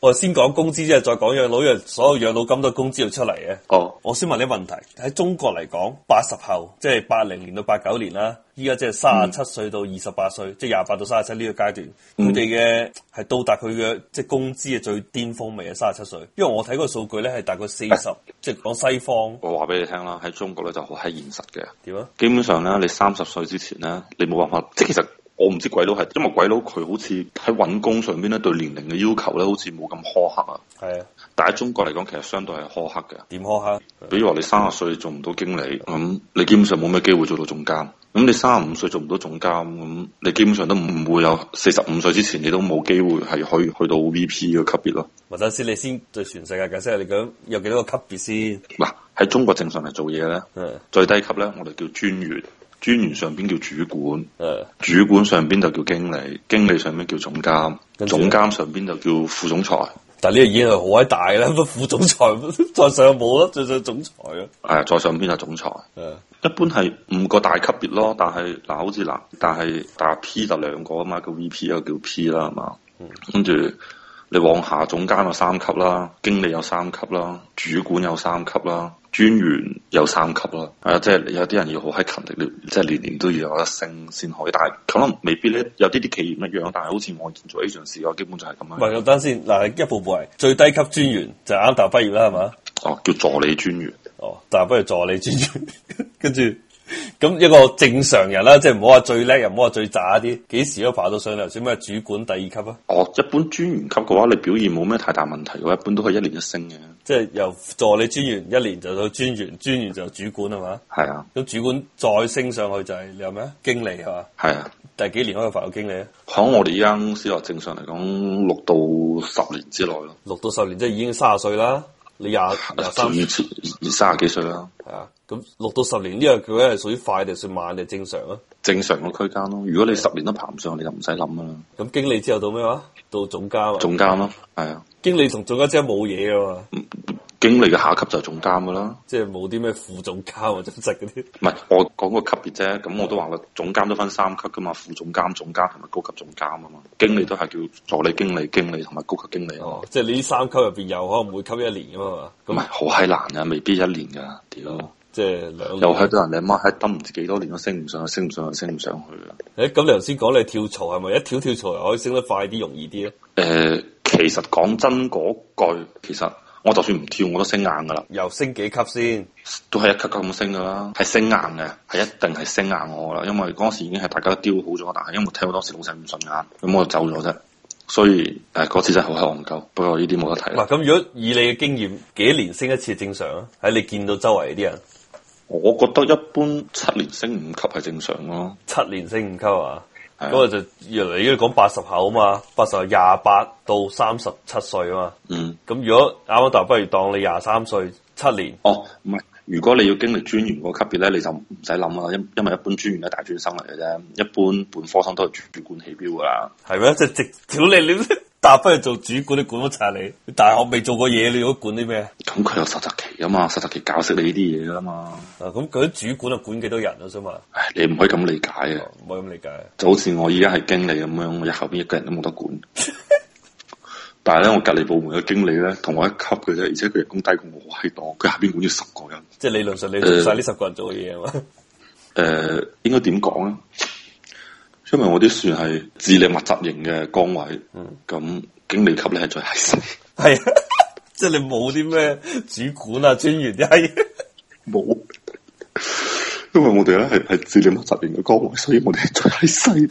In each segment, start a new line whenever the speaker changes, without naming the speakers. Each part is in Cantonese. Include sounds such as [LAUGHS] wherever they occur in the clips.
我先講工資，之後再講養老，因為所有養老金都係工資度出嚟嘅。
哦，
我先問你問題，喺中國嚟講，八十後即係八零年到八九年啦，依家即係三十七歲到二十八歲，即係廿八到三十七呢個階段，佢哋嘅係到達佢嘅即係工資嘅最巔峰未啊？三十七歲，因為我睇個數據咧係大概四十， [LAUGHS] 即係講西方
我話俾你聽啦，喺中國咧就好閪現實嘅。
點啊？
基本上咧，你三十歲之前咧，你冇辦法，即係其實我唔知鬼佬係，因為鬼佬佢好似喺揾工上邊咧對年齡嘅要求咧，好似冇咁苛刻啊。
係啊，
但喺中國嚟講，其實相對係苛刻嘅。
點苛刻？
比如話你三十歲做唔到經理，咁你基本上冇咩機會做到總監。咁你三十五歲做唔到總監，咁你基本上都唔會有四十五歲之前，你都冇機會係去去到 VP 嘅級別咯。
或者先你先對全世界解釋下你講有幾多個級別先？
嗱，喺中國正常嚟做嘢咧，
嗯
最低級咧我哋叫專員，專員上邊叫主管，
誒，
主管上邊就叫經理，經理上邊叫總監，
跟住
總
呢
監上邊就叫副總裁。
但呢個已經係好偉大嘅啦， [LAUGHS] 乜副總裁再上就冇啦，再上總裁啊。
誒，再上邊就總裁，
誒，
一般係五個大級別咯。但係嗱，好似嗱，但係大 P 就兩個啊嘛，叫 VP 又叫 P 啦，係嘛？跟住你往下總監有三級啦，經理有三級啦，主管有三級啦，專員有三級啦。係啊，即係有啲人要好閪勤力，你即係年年都要有得升先可以。但係可能未必咧，有啲啲企業唔一樣，但係好似我以前做 agency 嘅話，基本就係咁
唔
樣。
係咁等先，嗱一步步嚟，最低級專員就啱大學畢業啦，係嘛？
哦，叫助理專員。
哦，但係不如助理專員， [LAUGHS] 跟住咁一個正常人啦，即係唔好話最叻，又唔好話最渣啲，幾時都爬到上嚟，算咩主管第二級啊？
哦，一般專員級嘅話，你表現冇咩太大問題嘅話，一般都係一年一升嘅。
即係由助理專員一年就到專員，專員就主管係嘛？
係啊，
咁主管再升上去就係、你有咩經理係嘛？
係啊。
第幾年可以爬到經理啊？
可能我哋依家公司話正常嚟講，六到十年之內咯，
六到十年即係已經三十歲啦，你廿廿三
甚至三十幾歲啦，
啊，咁六到十年呢個佢係屬於快定算慢定正常啊？
正常嘅區間咯。如果你十年都爬唔上，你就唔使諗啦，
咁經理之後到咩話？到總監啊？
總監咯，係啊，
經理同總監即係冇嘢啊嘛，
經理嘅下級就係總監噶啦。
即係冇啲咩副總監或者職嗰啲。
唔係我講個級別啫，咁我都話啦，總監都分三級噶嘛，副總監、總監同埋高級總監啊嘛。經理都係叫助理經理、經理同埋高級經理啊嘛。
哦，即係你呢三級入邊有可能每級一年噶嘛，
咁係
咁
好閪難啊，未必一年噶，屌！
即係兩
又
年。
係多人你媽喺抌唔知幾多年都升唔上去，升唔上去，升唔上去啦。
誒，咁你頭先講你跳槽係咪一跳跳槽又可以升得快啲、容易啲啊咧？
誒、呃其實講真嗰句，其實我就算唔跳我都升硬噶啦，
又升幾級先？
都係一級級咁升噶啦，係升硬嘅，係一定係升硬我噶啦，因為嗰時已經係大家都雕好咗，但係因為我睇好多時老細唔順眼，咁我就走咗啫。所以誒嗰、次真係好閪戇鳩，不過呢啲冇得睇啦
嗱，。咁如果以你嘅經驗，幾年升一次正常啊？喺你見到周圍啲人，
我覺得一般七年升五級係正常咯。
七年升五級啊？
係啊
咁我就原來要講八十口啊嘛，八十係廿八到三十七歲啊嘛。
嗯，
咁如果啱啱大不如當你廿三歲七年，
哦，唔係，如果你要經歷專員嗰級別咧，你就唔使諗啦，因因為一般專員都係大專生嚟嘅啫，一般本科生都係主管起標噶啦。
係咩？ [LAUGHS] 即係直屌你，你大不如做主管，你管乜柒你？你大學未做過嘢，你都管啲咩啊？
咁佢有實習期噶嘛，實習期教識你呢啲嘢噶嘛，
咁佢啲主管啊，管幾多人啊？我想問，
唉，你唔可以咁理解嘅，
唔可以咁理解。
就好似我依家係經理咁樣，我後邊一個人都冇得管。但係咧，我隔離部門嘅經理咧，同我一級嘅啫，而且佢人工低過我好閪多，佢下邊管住十個人。誒、
即係理論上你做晒呢十個人做嘅嘢啊嘛。
呃應該點講咧？因為我啲算係智力密集型嘅崗位，咁、經理級咧係最閪死，
係啊， [LAUGHS] 即係你冇啲咩主管啊、專員啲閪嘢。
冇。因為我哋咧係係智力密集型嘅崗位，所以我哋係最閪細。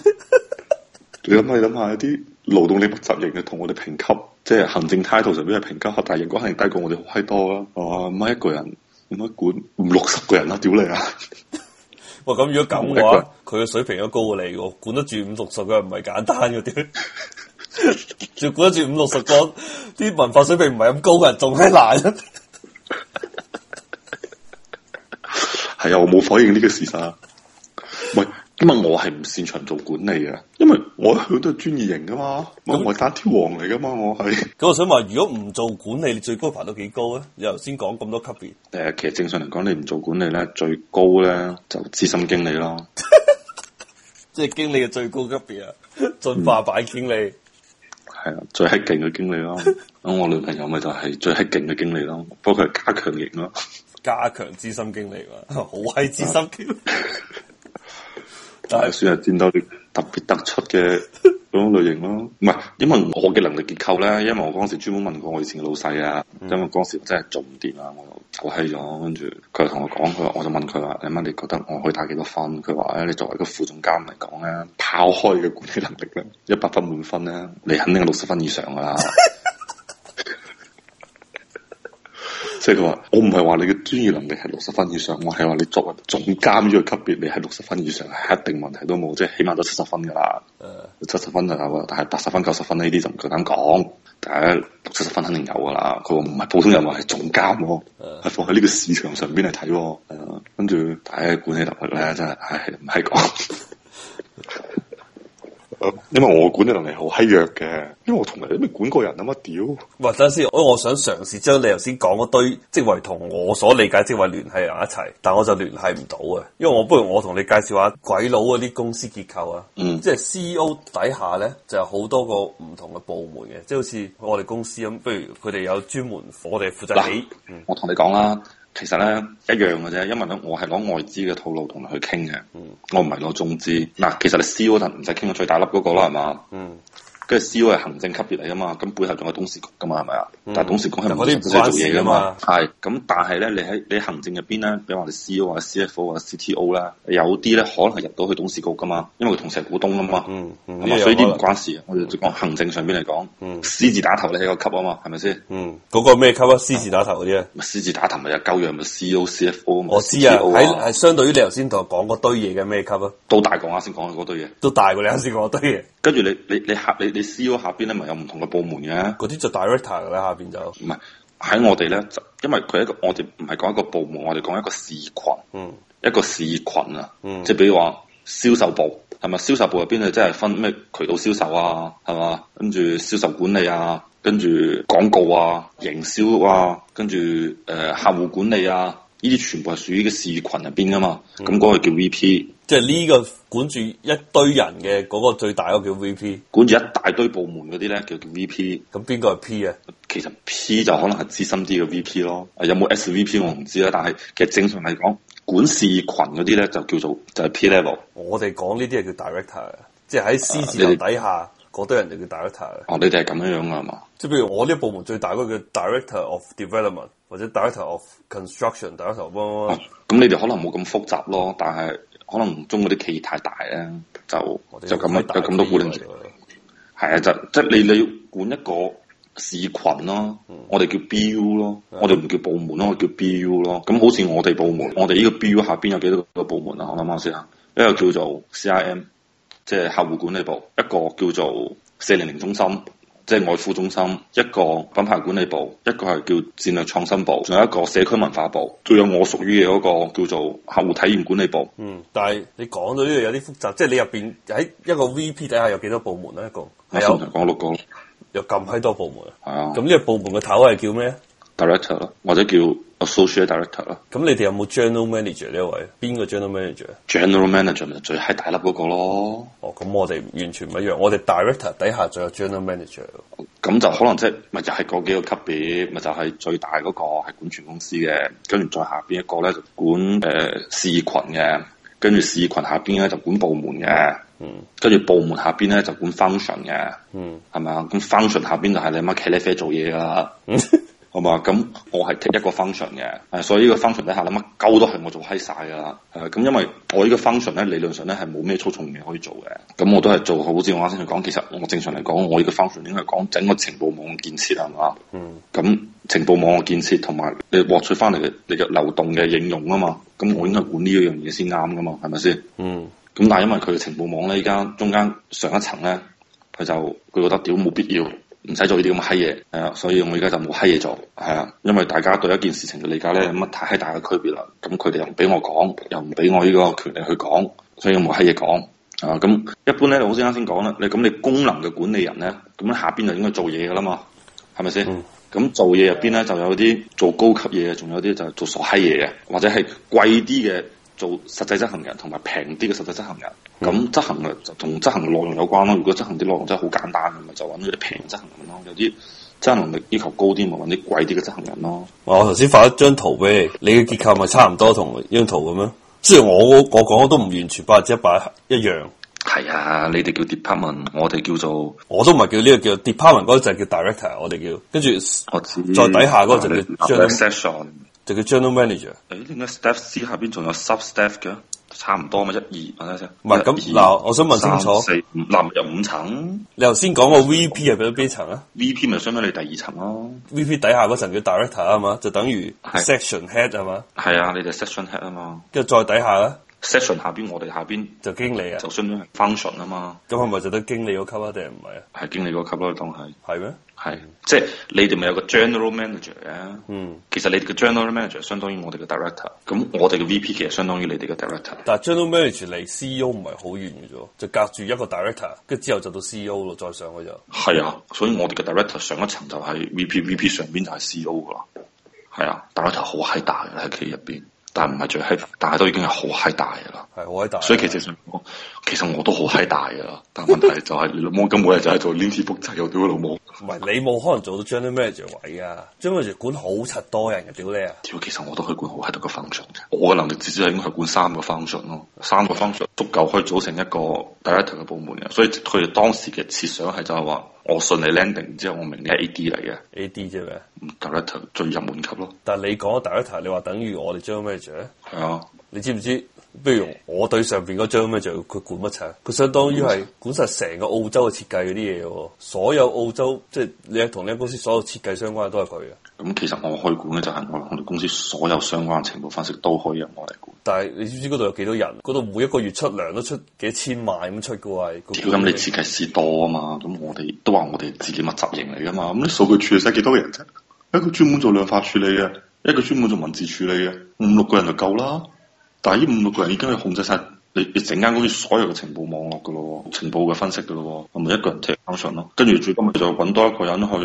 [LAUGHS] 你諗下，你諗下，有啲勞動力密集型嘅同我哋評級，即係行政 title 上邊嘅評級，但係人工肯定低過我哋好閪多啦。啊，咁啊一個人咁乜管五六十個人啦，屌你啊！
哇，咁如果咁嘅話，佢嘅水平都高過你喎，管得住五六十個唔係簡單嘅屌。 [LAUGHS] 仲管得住五六十個，啲文化水平唔係咁高嘅人仲係難。
係啊，我冇否認呢個事實。啊唔係，因為啊我係唔擅長做管理嘅，因為我佢都係專業型噶嘛，我我係單挑王嚟噶嘛，我係。
咁我想話，如果唔做管理，你最高爬到幾高咧？你頭先講咁多級別，
誒、其實正常嚟講，你唔做管理咧，最高咧就資深經理咯。
即係經理嘅最高級別啊，進化版經理。
係係啊，最閪勁嘅經理咯。咁我女朋友咪就係最閪勁嘅經理咯，不過佢係加強型咯。
加強資深經理嘛，好閪資深經 [LAUGHS] 理，但
但係
係
算係戰鬥力特別突出嘅嗰種類型咯。唔係，因為我嘅能力結構咧，因為我嗰陣時專門問過我以前嘅老細啊，因為嗰陣時真係做唔掂啊，我就走閪咗。跟住佢就同我講，佢話我就問佢話：你媽，你覺得我可以打幾多分？佢話咧，你作為一個副總監嚟講咧，拋開嘅管理能力咧，一百分滿分咧，你肯定係六十分以上噶啦。即係佢話，我唔係話你嘅專業能力係六十分以上，我係話你作為總監呢個級別，你係六十分以上係一定問題都冇，即係起碼都七十分㗎啦。
誒
七十分就有啦，但係八十分、九十分呢啲就唔夠膽講。但係六七十分肯定有㗎啦。佢話唔係普通人話係總監喎、係放喺呢個市場上邊嚟睇喎。係啊，跟住但係管理能力咧真係，唉唔係講。因為我管理能力好閪弱嘅，因為我從來都未管過人啊嘛，屌！
或者先，我我想嘗試將你頭先講嗰堆職位同我所理解職位聯繫埋一齊，但我就聯繫唔到啊，因為我不如我同你介紹下鬼佬嗰啲公司結構啊，
嗯
即係 CEO 底下咧就有好多個唔同嘅部門嘅，即係好似我哋公司咁，不如佢哋有專門我哋負責起，嗯
我同你講啦，其實咧一樣嘅啫，因為咧我係攞外資嘅套路同你去傾嘅，
嗯
我唔係攞中資。嗱，其實你 C.O. 就唔使傾到最大粒嗰個啦，係嘛？
嗯，
跟住 C.O. 係行政級別嚟噶嘛，咁背後仲有董事局噶嘛，係咪啊？但係董事局係
但嗯嗰
唔
啲唔
出嚟做嘢噶
關
嘛，
事
係咁。但係咧，你喺你行政入邊咧，比如話你 C.O. 啊、C.F.O. 啊、C.T.O. 啦，有啲咧可能係入到去董事局噶嘛，因為佢同時係股東噶嘛，
嗯嗯
係嘛
呢有
所以啲唔
可能
關事嘅。我哋講行政上邊嚟
嗯
講，C 字打頭你係個級啊嘛，係咪先？
嗯，嗰、個咩級啊？獅子打頭嗰啲啊？
咪獅子打頭咪有鳩樣咪 C O C F O
我知啊，喺係
喺
相對於你頭先同我講嗰堆嘢嘅咩級啊，
到大講啱先講嘅嗰堆嘢，
都大過你啱先講嗰堆嘢，
跟住你你你下你你 C O 下邊咧咪有唔同嘅部門嘅，
嗰啲就 director 噶啦，下邊就
唔係喺我哋咧，就因為佢一個我哋唔係講一個部門，我哋講一個市群，
嗯
一個市群啊，
嗯
即係比如話銷售部係咪？銷售部入邊咧，即係分咩渠道銷售啊，係嘛？跟住銷售管理啊，跟住廣告啊、營銷啊，跟住誒客戶管理啊。呢啲全部係屬於嘅市群入邊噶嘛，
嗯
咁嗰、個叫 VP，
即係呢個管住一堆人嘅嗰個最大嗰個叫 VP，
管住一大堆部門嗰啲咧，叫叫 VP。
咁邊個係 P 啊？
其實 P 就可能係資深啲嘅 VP 咯，啊有冇 SVP 我唔知啦。啊但係其實正常嚟講，管事群嗰啲咧就叫做就係 P level。
我哋講呢啲係叫 director，嘅即係喺獅
啊
子
你
頭底下嗰堆人就叫 director 嘅。
哦，你哋係咁樣樣噶係嘛？
即係譬如我呢個部門最大嗰個叫 director of development 或者 director of construction、director of 乜乜乜
哦咁你哋可能冇咁複雜咯，但係可能中國啲企業太大咧，就
我哋
就咁
好大
有咁多固定
嘅
成。係啊，就即係你你要管一個市群咯，我哋叫 BU 咯，我哋唔叫部門咯，我哋叫 BU 咯。咁好似我哋部門，我哋呢個 BU 下邊有幾多個部門啊？我諗下先啊，一個叫做 CIM，即係客戶管理部；一個叫做四零零中心，即係外呼中心；一個品牌管理部；一個係叫戰略創新部；仲有一個社區文化部；仲有我屬於嘅嗰個叫做客戶體驗管理部。
嗯，但係你講到呢度有啲複雜，即係你入邊喺一個 VP 底下有幾多部門咧？一共
我
係
通
有
常講六個咯，
有咁閪多部門啊！
係啊
咁呢個部門嘅頭係叫咩？
，director 咯，或者叫 associate director 咯。
咁你哋有冇 general manager 呢一位？邊個 general manager？
general manager 咪就最閪大粒嗰個咯，
哦，咁我哋完全唔一樣。我哋 director 底下仲有 general manager。
咁就可能即係咪就係嗰幾個級別，咪就係最大嗰個係管全公司嘅，跟住再下邊一個咧就管誒、呃市群嘅，跟住市群下邊咧就管部門嘅，
嗯
跟住部門下邊咧就管 function 嘅，
嗯
係咪啊？咁 function 下邊就係你媽茄喱啡做嘢㗎
[LAUGHS]
啦。好嘛？咁我係 take 一個 function 嘅，誒，所以呢個 function 底下咧，乜鳩都係我做閪晒㗎啦。誒，咁因為我呢個 function 咧，理論上咧係冇咩粗重嘢可以做嘅，咁我都係做好。好似我啱先講，其實我正常嚟講，我呢個 function 應該係講整個情報網嘅建設係嘛？
嗯。
咁情報網嘅建設同埋你獲取翻嚟嘅你嘅流動嘅應用啊嘛，咁我應該管呢一樣嘢先啱㗎嘛，係咪先？
嗯，
咁但係因為佢嘅情報網咧，依家中間上一層咧，佢就佢覺得屌冇必要，唔使做呢啲咁嘅閪嘢，係啊，所以我而家就冇閪嘢做，係啊，因為大家對一件事情嘅理解咧，有乜太大嘅區別啦，咁佢哋又唔俾我講，又唔俾我呢個權利去講，所以我冇閪嘢講。啊，咁一般咧，好似啱先講啦，你咁你功能嘅管理人咧，咁下邊就應該做嘢噶啦嘛，係咪先？
嗯
咁做嘢入邊咧就有啲做高級嘢嘅，仲有啲就係做傻閪嘢嘅，或者係貴啲嘅做實際執行人同埋平啲嘅實際執行人。咁執行嘅就同執行內容有關咯。如果執行啲內容真係好簡單嘅，咪就揾嗰啲平執行人咯。有啲執行能力要求高啲，咪揾啲貴啲嘅執行人咯。
哇哦我頭先發咗張圖俾你，你嘅結構咪差唔多同呢張圖咁樣。雖然我我講都唔完全百分之一百一樣，
係啊，你哋叫 department，我哋叫做
我都唔係叫呢個叫 department 嗰個就係叫 director，我哋叫跟住
我知
再底下嗰個就叫
啊你
journal-
section。
就叫 general manager。
誒，點解 staff C 下邊仲有 sub staff 嘅？差唔多嘛，一二，等下先。
唔係咁
一二
嗱我想問清楚
三四五嗱有五層
你頭先講個 VP 係俾咗邊層啊
VP 咪相當於你第二層咯。
？VP 底下嗰層叫 director 啊嘛，就等於
係
section head 係嘛，
係啊，你哋 section head 啊嘛
跟住再底下咧
，section 下邊我哋下邊
就經理啊。
就相當於 function 啊嘛，
咁係咪就得經理嗰級啊？定係唔係啊？
係經理嗰級咯，當係
係咩？
係即係你哋咪有個 general manager 嘅。
嗯，
其實你哋嘅 general manager 相當於我哋嘅 director，咁我哋嘅 VP 其實相當於你哋嘅 director。
但係 general manager 離 CEO 唔係好遠嘅啫，就隔住一個 director，跟住之後就到 CEO 咯，再上去就。
係啊，所以我哋嘅 director 上一層就係 VP，VP 上邊就係 E CEO 噶啦。係啊，director 好閪大嘅啦喺企業入邊，但唔係最閪，但係都已經係好閪大嘅啦。
係好偉大。
所以其實上我其實我都好閪大嘅啦，但問題就係你老母咁每日就喺度黏貼複製我屌老母。
唔係你冇可能做到 general manager 位啊！general manager 管好柒多人嘅，屌你啊！
屌，其實我都可以管好喺度個 function 嘅，我嘅能力至少係應該係管三個 function 咯，三個 function 足夠可以組成一個 director 嘅部門嘅，所以佢哋當時嘅設想係就係話，我順利 landing 之後，我明你係 AD 嚟嘅
A D 啫咩？
咁，director 最入門級咯，
但係你講 director，你話等於我哋 general manager，
係啊，
你知唔知？不如我對上邊嗰 general manager，佢管乜柒？啊佢相當於係管晒成個澳洲嘅設計嗰啲嘢喎，所有澳洲即係你係同呢間公司所有設計相關嘅都係佢嘅。
咁其實我可以管嘅就係我我哋公司所有相關情報分析都可以由我嚟管。
但係你知唔知嗰度有幾多人？嗰度每一個月出糧都出幾千萬咁出嘅喎，係嗰
屌，咁你設計師多啊嘛，咁我哋都話我哋自己密集型嚟噶嘛，咁你數據處理使幾多個人啫？一個專門做量化處理嘅，一個專門做文字處理嘅，五六個人就夠啦。但係呢五六個人已經係控制晒你你整間公司所有嘅情報網絡噶咯喎，情報嘅分析噶咯喎，咁咪一個人 take action 咯，跟住最今咪就揾多一個人去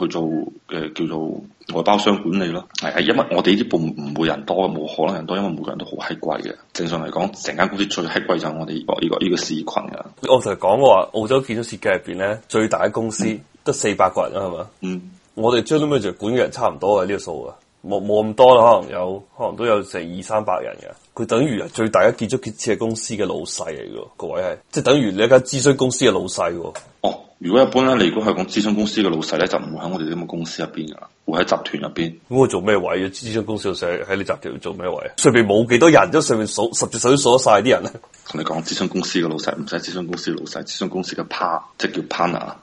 去做誒、呃叫做外包商管理咯。係係因為我哋呢啲部門唔會人多，冇可能人多，因為每個人都好閪貴嘅。正常嚟講，成間公司最閪貴就係我哋呢、個呢、個呢、個市群㗎。
我同你講過話，澳洲建築設計入邊咧，最大嘅公司得四百個人啦，係嘛？
嗯。
我哋 general manager 管嘅人差唔多嘅呢個數啊，冇冇咁多啦，可能有可能都有成二三百人嘅。佢等於係最大嘅建築設計公司嘅老細嚟嘅喎，各位係即係等於你一間諮詢公司嘅老細喎。
哦，如果一般咧，你如果係講諮詢公司嘅老細咧，就唔會喺我哋呢個公司入邊噶啦，會喺集團入邊。
咁佢做咩位嘅？諮詢公司老細喺你集團做咩位啊？上面冇幾多人，啫，上面數十隻手都數得晒啲人咧。
同你講，諮詢公司嘅老細唔使諮詢公司老細，諮詢公司嘅 par 即係叫 partner，啊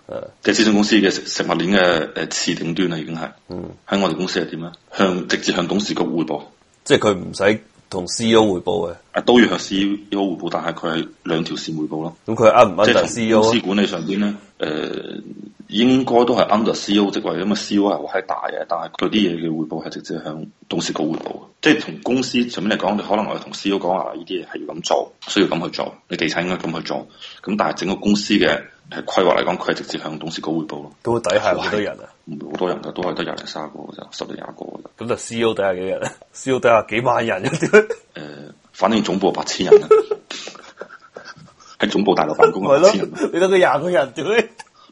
誒
即係諮詢公司嘅食食物鏈嘅誒次頂端啦，已經係。
嗯
喺我哋公司係點咧？向直接向董事局匯報，
即係佢唔使同 CEO 匯報嘅，
啊都要向 CEO 匯報，但係佢係兩條線匯報咯。
咁佢呃唔呃
即
就係
係從
CEO
公
啊
司管理上邊咧，誒、應該都係 under CEO 職位，因為 CEO 係好閪大嘅，但係佢啲嘢嘅匯報係直接向董事局匯報嘅，即係同公司上面嚟講，你可能我哋同 CEO 講話，呢啲嘢係要咁做，需要咁去做，你地產應該咁去做，咁但係整個公司嘅誒規劃嚟講，佢係直接向董事局匯報咯，
咁佢底下有幾多人啊？
唔會好多人㗎，都係得廿零三個㗎咋，十零廿個㗎咋，誒、
咁就 CEO 底下幾多人啊 [LAUGHS] ？CEO 底下幾萬人，啊
呃反正總部八
[LAUGHS]
千人啊，喺總部大樓辦公
咪
啊，
咯
八千人啊。？
你得佢廿個人，屌你！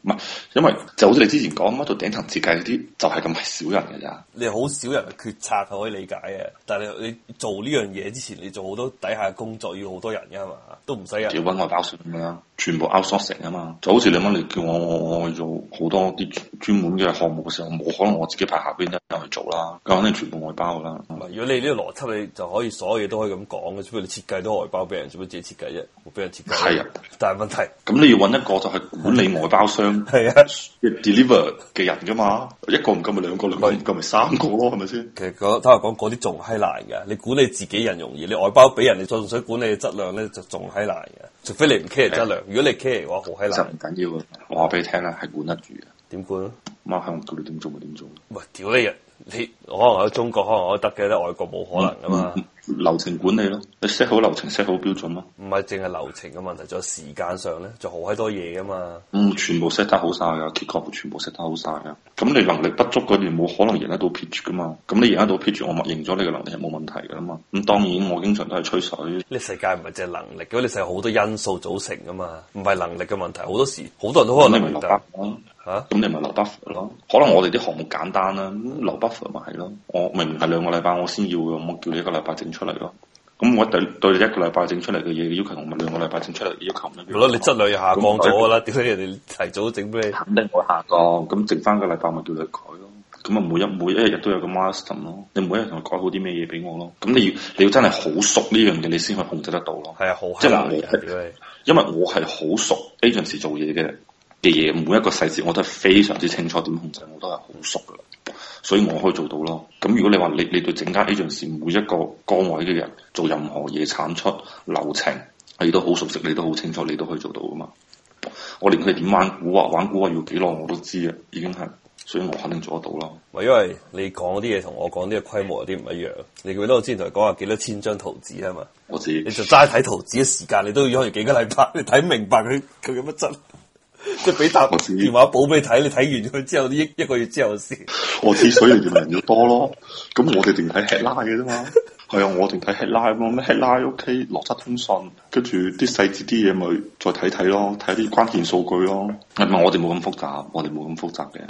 唔係，因為就好似你之前講，乜做頂層設計嗰啲就係咁少人嘅咋。
你好少人嘅決策係可以理解嘅，但係你你做呢樣嘢之前，你做好多底下嘅工作要好多人㗎嘛，都唔使人。
要揾外包商咁樣，全部 outsourcing 啊嘛，就好似你乜你叫我我我去做好多啲專門嘅項目嘅時候，冇可能我自己派下邊啲人去做啦，咁肯定全部外包噶啦。
唔係，如果你呢個邏輯，你就可以所有嘢都可以咁講嘅，只不過你設計都外包俾人，做乜自己設計啫？我俾人設計。
係啊，
但係問題
咁你要揾一個就係管理外包商
係啊，
嘅 deliver 嘅人噶嘛，一個唔夠咪兩個，兩個唔夠咪三個咯，係咪先？
其實講坦白講，嗰啲仲閪難嘅。你管理自己人容易，你外包俾人，你再用水管理嘅質量咧就仲閪難嘅。除非你唔 care 質量，如果你 care 嘅話，好閪
其實
難
唔。緊要嘅，啊我話俾你聽啦，係管得住嘅。
點管啊？
咁啊，向叫你點做咪點做。嗯
喂，屌你人！你可能喺中國可能我得嘅，咧外國冇可能噶嘛。
流程管理咯，你 set 好流程，set 好標準咯，
唔係淨係流程嘅問題，仲有時間上咧，仲好閪多嘢噶嘛。
嗯，全部 set 得好晒噶，kick off 全部 set 得好晒噶。咁你能力不足嗰啲，冇可能贏得到 pitch 噶嘛。咁你贏得到 pitch，我默認咗你嘅能力係冇問題噶啦嘛。咁當然我經常都係吹水，
呢世界唔係淨係能力嘅，呢世界好多因素組成噶嘛，唔係能力嘅問題。好多時好多人都可
咁你
能能
咪
力
留
得
北咯。
嚇。
咁你咪留 buff 咯，可能我哋啲項目簡單啦，咁留 buff 咪係咯。我明明係兩個禮拜我先要嘅，咁我叫你一個禮拜整出嚟咯。咁我對對你一個禮拜整出嚟嘅嘢嘅要求，同埋兩個禮拜整出嚟嘅要求唔一樣。
咪咯，你質量又下降咗㗎啦，屌你人哋提早整俾你，
肯定會下降，咁剩翻個禮拜咪叫你改咯。咁啊，每一每一日都有個 milestone 咯，你每一日同佢改好啲咩嘢俾我咯。咁你要你要真係好熟呢樣嘢，你先可以控制得到咯。
係啊，好
即
閪
係
難
我
嘅，屌你！
因為我係好熟 agency 做嘢嘅嘅嘢，每一個細節我都係非常之清楚點控制，我都係好熟噶啦，所以我可以做到咯。咁如果你話你你對整間 agency 每一個崗位嘅人做任何嘢產出流程，你都好熟悉，你都好清楚，你都可以做到噶嘛。我連佢點玩股啊，玩股啊要幾耐我都知啊，已經係，所以我肯定做得到咯。
咪因為你講啲嘢同我講啲嘢規模有啲唔一樣，你記唔記得我之前同你講話幾多千張圖紙啊嘛？
我自己
你就齋睇圖紙嘅時間，你都要可能幾個禮拜， [LAUGHS] 你睇明白佢佢有乜質， [LAUGHS] 即係俾答
我知
電話簿俾你睇，你睇完佢之後，一一個月之後嘅事。
[LAUGHS] 我之所以你哋人要多咯，咁我哋淨睇 headline 嘅啫嘛。係啊，我淨睇 headline 咯，咩 headline OK，邏輯通訊，跟住啲細節啲嘢咪再睇睇咯，睇啲關鍵數據咯。係咪我哋冇咁複雜，我哋冇咁複雜嘅。